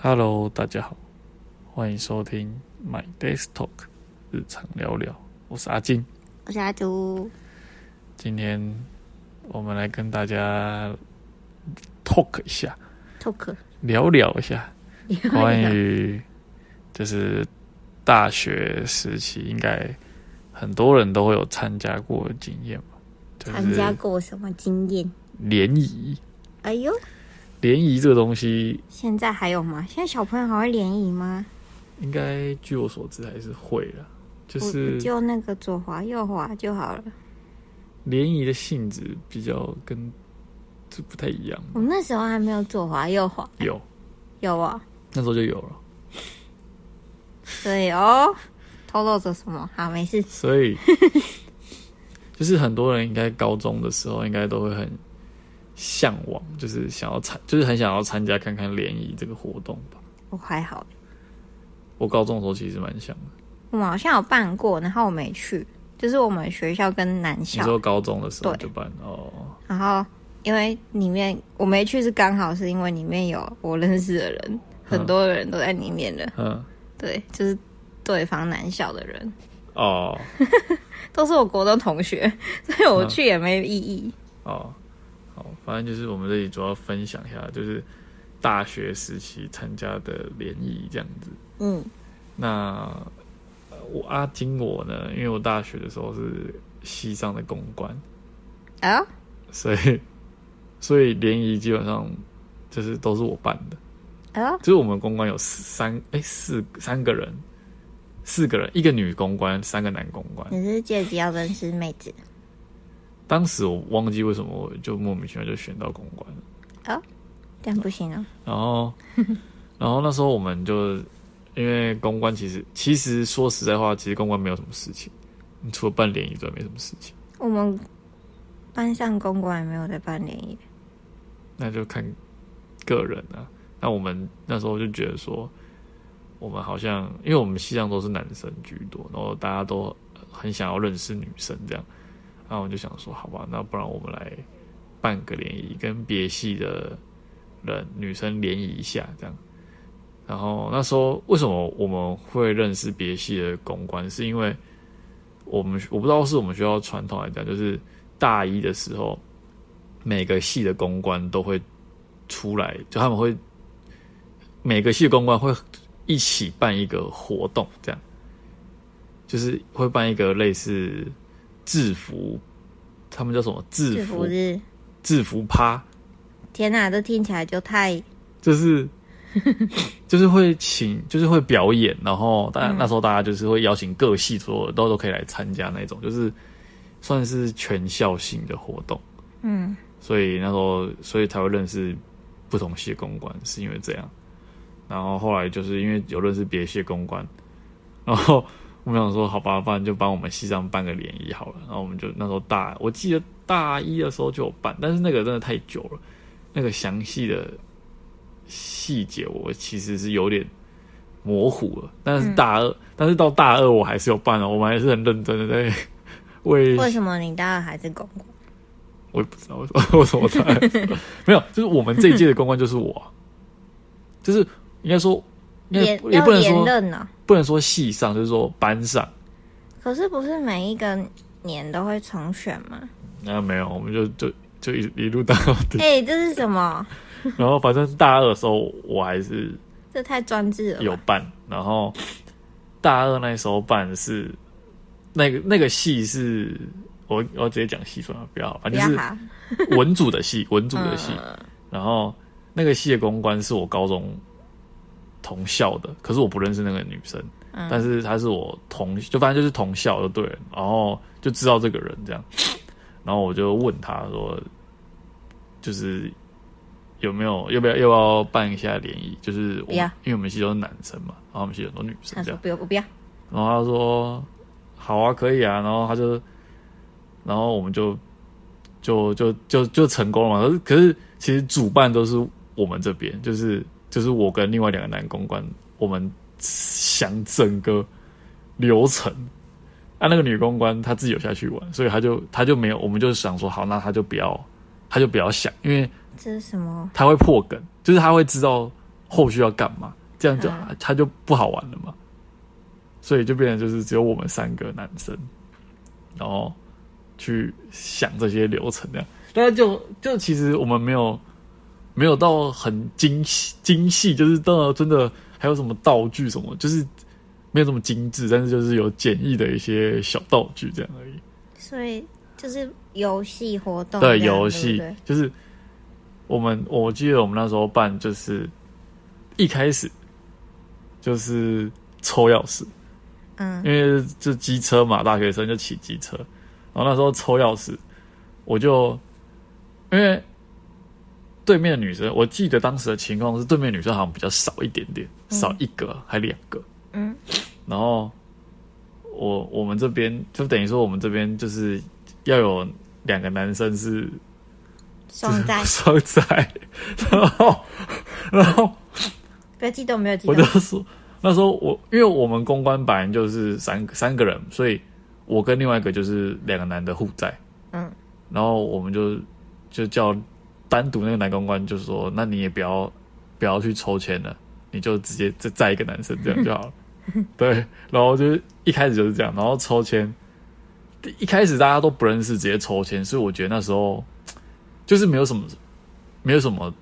Hello，大家好，欢迎收听 My Desk Talk 日常聊聊，我是阿金。我是阿竹，今天我们来跟大家 talk 一下， talk 聊聊一下关于就是大学时期，应该很多人都会有参加过的经验吧？就参加是过什么经验？联谊，哎呦，联谊这个东西，现在还有吗？现在小朋友还会联谊吗？应该据我所知还是会的，就我是我就那个左滑右滑就好了。联谊的性质比较跟这不太 一样。我们那时候还没有左滑右滑，有有啊、那时候就有了，对哦，透露着什么？好，没事。所以 就是很多人应该高中的时候应该都会很向往，就是想要参，就是很想要参加看看联谊这个活动吧。我还好，我高中的时候其实蛮想的，我们好像有办过，然后我没去，就是我们学校跟男你校，说高中的时候对就办哦，然后因为里面我没去是刚好是因为里面有我认识的人，很多人都在里面了，嗯，对，就是对方男校的人。哦都是我国中同学，所以嗯我去也没意义。哦，好，反正就是我们这里主要分享一下，就是大学时期参加的联谊这样子。嗯，那呃我阿金我呢，因为我大学的时候是系上的公关，啊，所以所以联谊基本上就是都是我办的，啊，就是我们公关有四三哎、四三个人，四个人一个女公关，三个男公关。你是借机要认识妹子当时我忘记为什么我就莫名其妙就选到公关了，啊？这样不行啊！然后然后那时候我们就因为公关其实其实说实在话，其实公关没有什么事情，除了办联谊之外没什么事情。我们班上公馆也没有在办联谊，那就看个人啊。那我们那时候就觉得说，我们好像因为我们西藏都是男生居多，然后大家都很想要认识女生这样。那我就想说，好吧，那不然我们来办个联谊，跟别系的人女生联谊一下这样。然后那时候为什么我们会认识别系的公关，是因为我们我不知道是我们学校传统来讲，就是大一的时候，每个系的公关都会出来，就他们会每个系的公关会一起办一个活动，这样就是会办一个类似制服，他们叫什么制制服服日。制服趴，天哪、这听起来就太……就是 就是会请，就是会表演，然后大家嗯那时候大家就是会邀请各系所有的都都可以来参加那种，就是算是全校性的活动，嗯，所以那时候所以才会认识不同系的公关，是因为这样。然后后来就是因为有认识别系的公关，然后我们想说好吧，不然就帮我们系上办个联谊好了。然后我们就那时候大，我记得大一的时候就有办，但是那个真的太久了，那个详细的细节我其实是有点模糊了。但是大二，但是到大二我还是有办了，我们还是很认真的在 为为什么你大二还是公馆？我也不知道为什么为什么他来说没有，就是我们这一届的公关就是我啊，就是应该说，应该连也要不能连说任呢、不能说系上，就是说班上。可是不是每一个年都会重选吗？那、没有，我们就就就一一路到底。哎、这是什么？然后反正大二的时候我还是这太专制了吧。有办，然后大二那时候办是那个那个系是。我我直接讲系算了，不要好，反比正就较是好，文组的系，文组的系，嗯然后那个系的公关是我高中同校的，可是我不认识那个女生，嗯但是她是我同，就反正就是同校就对了，然后就知道这个人这样， 然后我就问她说，就是有没有要不要要不要办一下联谊？就是我不要们因为我们系都是男生嘛，然后我们系很多女生他这说样，不要，我不要。然后她说好啊，可以啊，然后她就，然后我们就。就就就就成功了嘛。可是可是其实主办都是我们这边，就是就是我跟另外两个男公关，我们想整个流程。啊，那个女公关她自己有下去玩，所以她就她就没有，我们就想说好，那她就不要，她就不要想，因为这是什么？她会破梗，就是她会知道后续要干嘛，这样就嗯它就不好玩了嘛。所以就变成就是只有我们三个男生，然后去想这些流程这样。但是就就其实我们没有没有到很精细精细，就是到真的还有什么道具什么，就是没有这么精致，但是就是有简易的一些小道具这样而已。所以就是游戏活动哦这样，对游戏对不对，就是我们我记得我们那时候办就是一开始就是抽钥匙，嗯因为就机车嘛，大学生就骑机车，然后那时候抽钥匙，我就因为对面的女生，我记得当时的情况是对面女生好像比较少一点点，少一个、还两个，嗯，然后我我们这边就等于说我们这边就是要有两个男生是送 在双仔，然后然后不要激动，没有激我动就，说那时候我因为我们公关本来就是三三个人，所以我跟另外一个就是两个男的互载，嗯，然后我们就就叫单独那个男公关就说，那你也不要不要去抽签了，你就直接再载一个男生这样就好了。 对，然后就是一开始就是这样，然后抽签，第一开始大家都不认识，直接抽签，所以我觉得那时候就是没有什么没有什么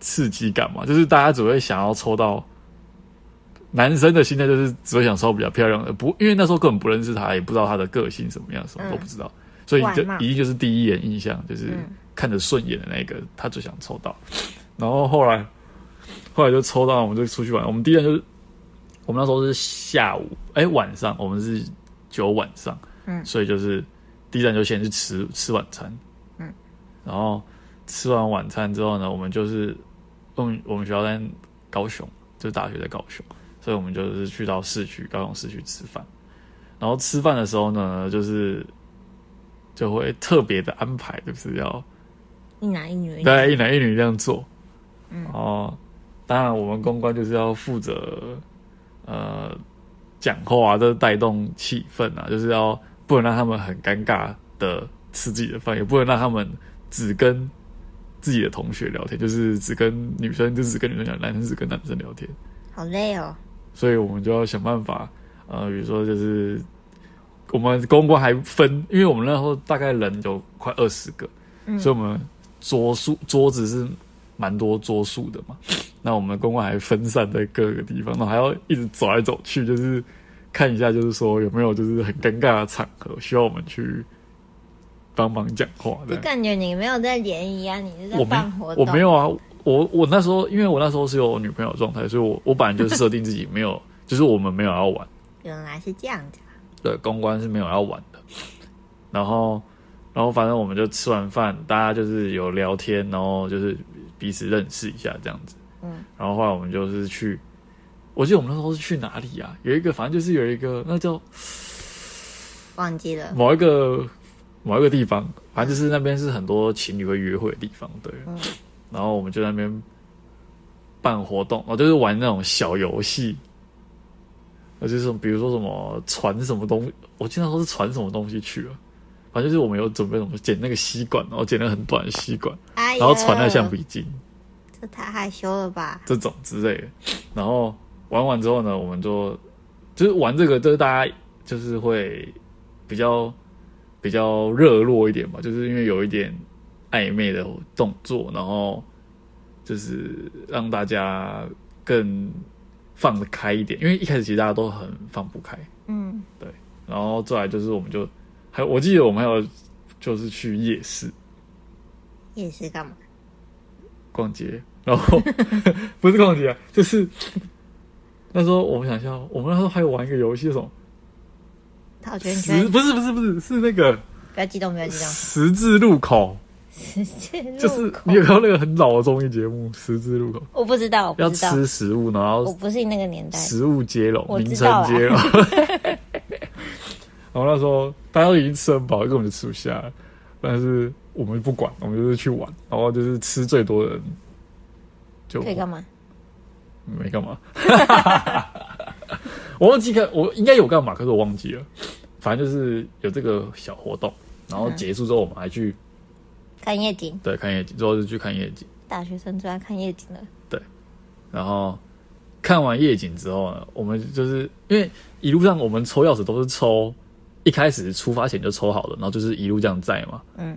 刺激感嘛，就是大家只会想要抽到男生的心态，就是只会想抽比较漂亮的，不，因为那时候根本不认识他，也不知道他的个性什么样，什么都不知道，所以就外貌一定就是第一眼印象就是嗯看着顺眼的那个，他就想抽到， 然后后来后来就抽到，我们就出去玩，我们第一天就是。我们那时候是下午，哎、晚上我们是九晚上，嗯所以就是第一站就先去吃吃晚餐，嗯，然后吃完晚餐之后呢，我们就是我们我们学校在高雄，就是大学在高雄，所以我们就是去到市区高雄市区吃饭，然后吃饭的时候呢，就是就会特别的安排，就是要一男一女，大概一男一女这样做。嗯，哦，当然我们公关就是要负责呃讲话啊，这带动气氛啊，就是要不能让他们很尴尬的吃自己的饭，也不能让他们只跟自己的同学聊天，就是只跟女生就只跟女生聊，男生只跟男生聊天。好累哦，所以我们就要想办法，呃，比如说就是我们公关还分，因为我们那时候大概人有快二十个，嗯所以我们桌数桌子是蛮多桌数的嘛。那我们公关还分散在各个地方，然后还要一直走来走去，就是看一下，就是说有没有就是很尴尬的场合需要我们去帮忙讲话就的。感觉你没有在联谊啊，你是在我没办活我动，没有啊，我我那时候因为我那时候是有女朋友的状态，所以我我本来就设定自己没有，就是我们没有要玩。原来是这样子啊，对，公关是没有要玩的。然后，然后反正我们就吃完饭，大家就是有聊天，然后就是彼此认识一下这样子。嗯，然后后来我们就是去，我记得我们那时候是去哪里啊？有一个，反正就是有一个，那叫忘记了，某一个某一个地方，反正就是那边是很多情侣会约会的地方，对。嗯然后我们就在那边办活动，哦，就是玩那种小游戏，呃，就是比如说什么传什么东西，我经常说是传什么东西去了，啊反正就是我们有准备什么剪那个吸管，然后剪了很短的吸管，哎呀，然后传那橡皮筋这太害羞了吧？这种之类的，然后玩完之后呢，我们就就是玩这个，就是大家就是会比较比较热络一点吧，就是因为有一点暧昧的动作，然后就是让大家更放得开一点，因为一开始其实大家都很放不开，嗯，然后再来就是我们就还有我记得我们还有就是去夜市夜市干嘛？逛街，然后 不是逛街、啊，就是那时候我们想象，我们那时候还有玩一个游戏，什么套圈十圈，不是不是不是是那个不要激动，不要激动，十字路口， 就就是你有看到那个很老的综艺节目《十字路口 我不知道，我》，要不知道，吃食物，然我后不是那个年代，食物接龙，我名知道称啦接龙。 然后那时候大家都已经吃很饱，根本就吃不下了，但是我们不管，我们就是去玩，然后就是吃最多的人就可以干嘛？没干嘛， 我忘记看，我应该有干嘛，可是我忘记了。反正就是有这个小活动，然后结束之后，我们还去、看夜景，对看夜景，之后就去看夜景。大学生最爱看夜景了。然后看完夜景之后呢，我们就是因为一路上我们抽钥匙都是抽一开始出发前就抽好的，然后就是一路这样载嘛。嗯。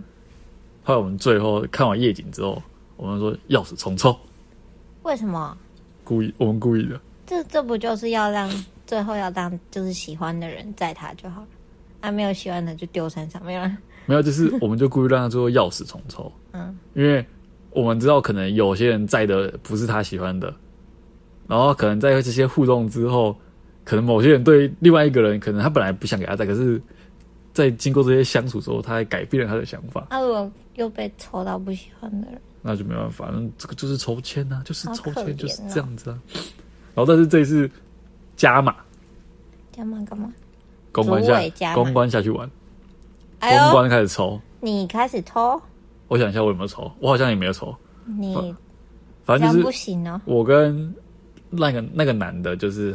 后来我们最后看完夜景之后，我们说钥匙重抽，为什么？故意我们故意的。这这不就是要让最后要让就是喜欢的人载他就好了，啊，没有喜欢的就丢山上，没有人。没有，就是我们就故意让他最后钥匙重抽。嗯，因为我们知道可能有些人在的不是他喜欢的，然后可能在这些互动之后，可能某些人对另外一个人，可能他本来不想给他在，可是，在经过这些相处之后，他还改变了他的想法，啊，如果又被抽到不喜欢的人，那就没办法，那这个就是抽签呐、就是好抽可签怜就是哦这样子啊。然后，但是这一次加码干嘛干嘛？公关下组委加码公关下去玩，哎公呦，关开始抽。你开始偷，我想一下，我有没有抽？我好像也没有抽，你这反正样就是不行哦。我跟那个那个男的，就是，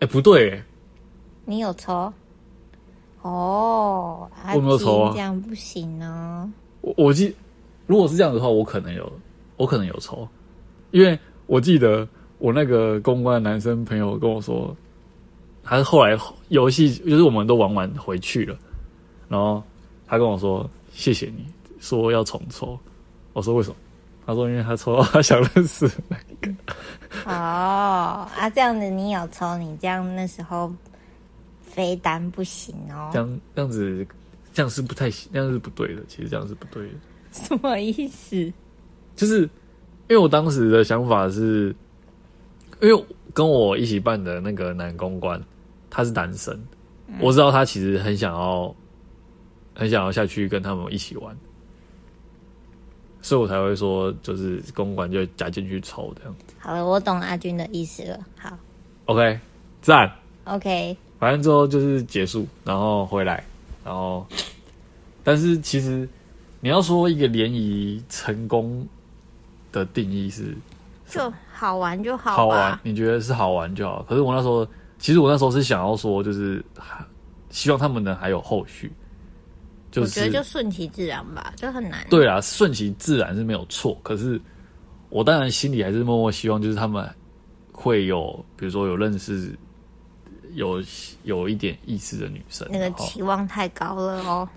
哎、不对、欸，你有抽？哦，阿我没有抽啊金这样不行哦。我我记，如果是这样的话，我可能有，我可能有抽，因为我记得我那个公关的男生朋友跟我说，他后来游戏就是我们都玩完回去了，然后他跟我说谢谢你，说要重抽，我说为什么？他说因为他抽 到他想认识的人，哦，啊，这样子你有抽，你这样那时候飞单不行哦这。样这样子这样是不太行，这样是不对的，其实这样是不对的。什么意思？就是因为我当时的想法是，因为跟我一起办的那个男公关，他是单身，我知道他其实很想要，很想要下去跟他们一起玩，所以我才会说，就是公关就加进去抽这样。好了，我懂阿军的意思了。好 OK，赞， ，OK，反正之后就是结束，然后回来，然后，但是其实你要说一个联谊成功的定义是就好玩就好好吧玩，你觉得是好玩就好。可是我那时候，其实我那时候是想要说，就是还希望他们能还有后续，就我觉是得就顺其自然吧，就很难。对啦，顺其自然是没有错。可是我当然心里还是默默希望，就是他们会有，比如说有认识有有一点意思的女生，那个然后期望太高了哦。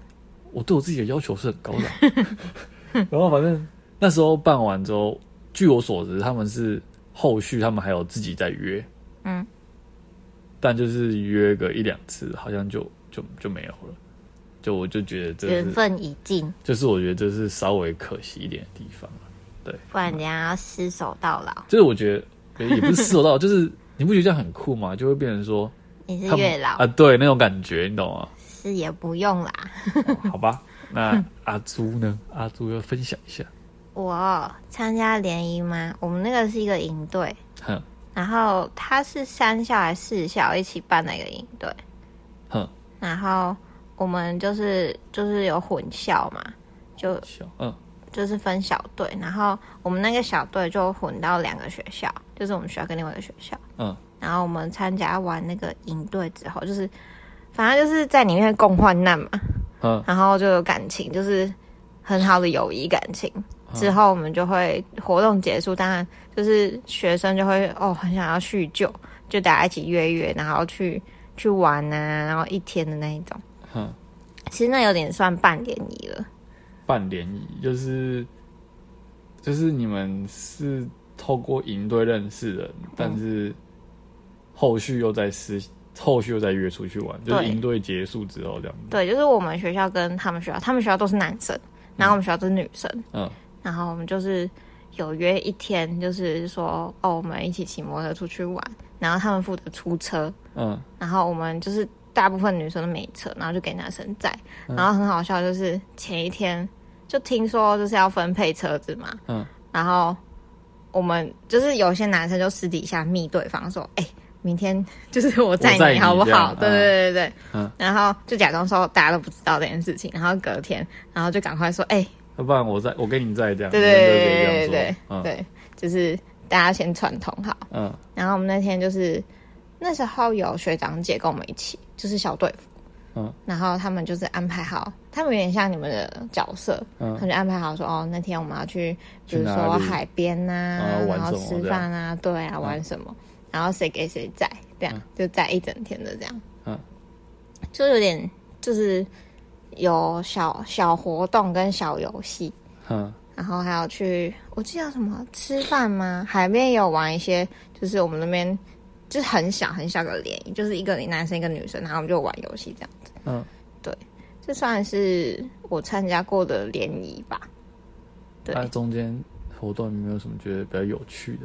我对我自己的要求是很高的啊、 然后反正那时候办完之后，据我所知，他们是后续他们还有自己在约，嗯，但就是约个一两次，好像就就就没有了。就我就觉得这缘是，分已尽，就是我觉得这是稍微可惜一点的地方啊对，不然人家要厮守到老。就是我觉得也不是失手 到，就是你不觉得这样很酷吗？就会变成说你是他们月老，啊，对那种感觉，你懂吗？是也不用啦。好吧，那阿朱呢？阿朱要分享一下，我参加联谊吗？我们那个是一个营队，哼然后他是三校还是四校一起办的一个营队，哼，然后我们就是就是有混校嘛，就笑，嗯就是分小队，然后我们那个小队就混到两个学校，就是我们学校跟另外一个学校。嗯，然后我们参加完那个营队之后，就是反正就是在里面共患难嘛，嗯然后就有感情，就是很好的友谊感情。之嗯后我们就会活动结束，当然就是学生就会哦很想要叙旧，就大家一起约约，然后去去玩啊，然后一天的那一种。嗯，其实那有点算半联谊了。办联谊就是就是你们是透过营队认识的，但是后续又在私后续又在约出去玩，就是对营队结束之后这样子。对，就是我们学校跟他们学校，他们学校都是男生，然后我们学校都是女生，嗯，然后我们就是有约一天，就是说哦，我们一起骑摩托车出去玩，然后他们负责出车，嗯然后我们就是大部分女生都没车，然后就给男生载，嗯然后很好笑，就是前一天就听说就是要分配车子嘛，嗯，然后我们就是有些男生就私底下密对方说，哎、明天就是我载我载你你好不这样好？嗯对对对对，嗯然后就假装说大家都不知道这件事情，然后隔天，然后就赶快说，哎、要不然我在我跟你在这样，对你们就直接对对对这样对说，嗯对，就是大家先串通好。嗯然后我们那天就是那时候有学长姐跟我们一起，就是小队服，嗯，然后他们就是安排好，他们有点像你们的角色，嗯他们就安排好说，哦，那天我们要去，比去如哪说里海边呐、啊玩然后什么吃这样嗯饭啊，对啊，玩什么，然后谁给谁载，这样、就载一整天的这样，嗯，就有点就是有小小活动跟小游戏，嗯然后还有去，我记得有什么吃饭吗？海边也有玩一些，就是我们那边就是很小很小的联谊，就是一个男生一个女生，然后我们就玩游戏这样子。嗯，对，这算是我参加过的联谊吧。对，那啊中间活动有没有什么觉得比较有趣的？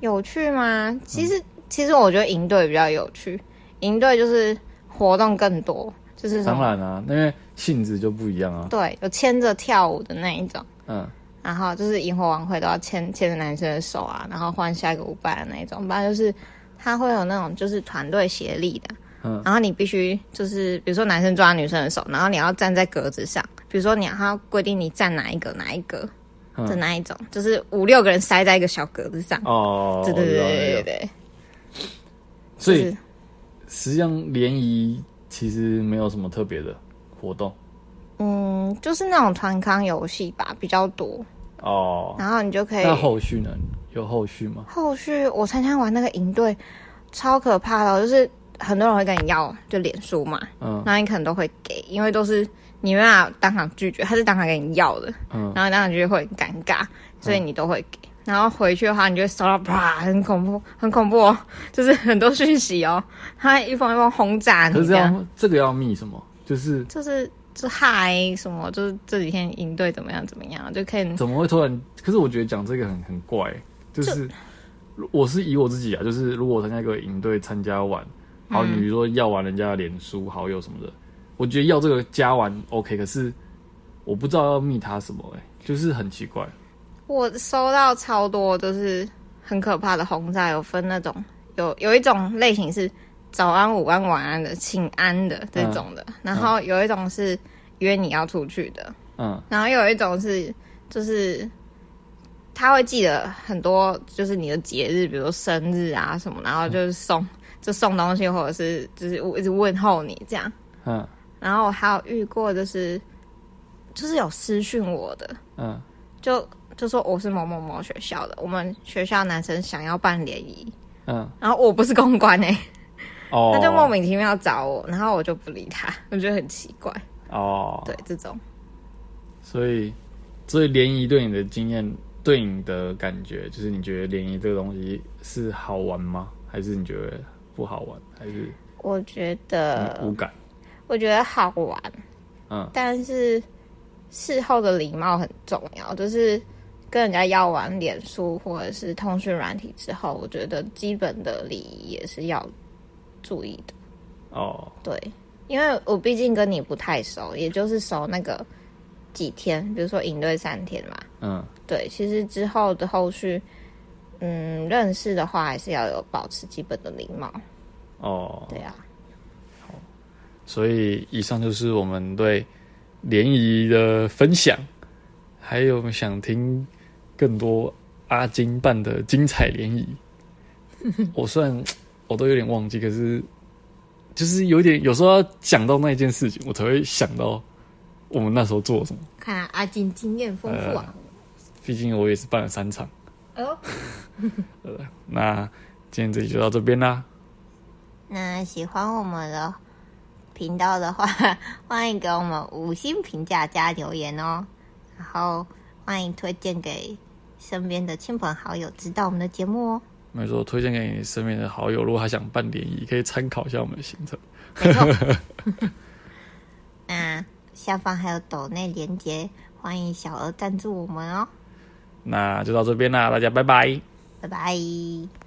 有趣吗？其实、其实我觉得营队比较有趣，营队就是活动更多，就是什当么然啊，因为性质就不一样啊。对，有牵着跳舞的那一种。嗯，然后就是萤火晚会都要牵牵着男生的手啊，然后换下一个舞伴的那一种，不然就是他会有那种就是团队协力的，嗯，然后你必须就是比如说男生抓女生的手，然后你要站在格子上，比如说你要他规定你站哪一格哪一格嗯的那一种，就是五六个人塞在一个小格子上，哦，对对我知对道对对那个对，所就以是实际上联谊其实没有什么特别的活动嗯，就是那种团康游戏吧比较多，哦。然后你就可以那后续呢？有后续吗？后续我参加完那个营队，超可怕的哦，就是很多人会跟你要就脸书嘛，嗯然后你可能都会给，因为都是你没办法当场拒绝，他是当场给你要的，嗯，然后当场拒绝会很尴尬，所以你都会给。然后回去的话，你就会收到啪，很恐怖，很恐怖、哦，就是很多讯息哦，他一封一封轰炸可你是这这样，样这个要密什么？就是就是就嗨什么，就是这几天营队怎么样怎么样，就可以怎么会突然？可是我觉得讲这个很很怪，就是我是以我自己啊，就是如果我参加一个营队参加完，嗯好，你比如说要完人家的脸书好友什么的，我觉得要这个加完 OK，可是我不知道要密他什么、欸，就是很奇怪。我收到超多，就是很可怕的轰炸，有分那种有有一种类型是早安、午安、晚安的，请安的这种的，然后有一种是约你要出去的，嗯然后又有一种是就是他会记得很多，就是你的节日，比如说生日啊什么，然后就是送、就送东西，或者是就是一直问候你这样。嗯然后我还有遇过就是就是有私讯我的，嗯，就就说我是某某某学校的，我们学校男生想要办联谊，嗯然后我不是公关哎、哦，他就莫名其妙找我，然后我就不理他，我觉得很奇怪。哦，对，这种所以所以联谊对你的经验，对你的感觉，就是你觉得联谊这个东西是好玩吗？还是你觉得不好玩？还是我觉你得无感？我觉得好玩，嗯但是事后的礼貌很重要，就是。跟人家要完脸书或者是通讯软体之后，我觉得基本的礼仪也是要注意的。哦，对，因为我毕竟跟你不太熟，也就是熟那个几天，比如说营队三天嘛。嗯对，其实之后的后续，嗯，认识的话还是要有保持基本的礼貌。哦，对啊，所以以上就是我们对联谊的分享，还有想听更多阿金办的精彩联谊，我虽然我都有点忘记，可是就是有点有时候要讲到那一件事情，我才会想到我们那时候做了什么。看来阿金经验丰富啊。毕竟我也是办了三场。哎呦，那今天这集就到这边啦，那喜欢我们的频道的话， 欢迎给我们五星评价加留言哦。然后欢迎推荐给身边的亲朋好友知道我们的节目哦。没错，推荐给你身边的好友，如果他想办联谊，可以参考一下我们的行程。没错。那下方还有抖内连接，欢迎小额赞助我们哦，那就到这边啦，大家拜拜。拜拜。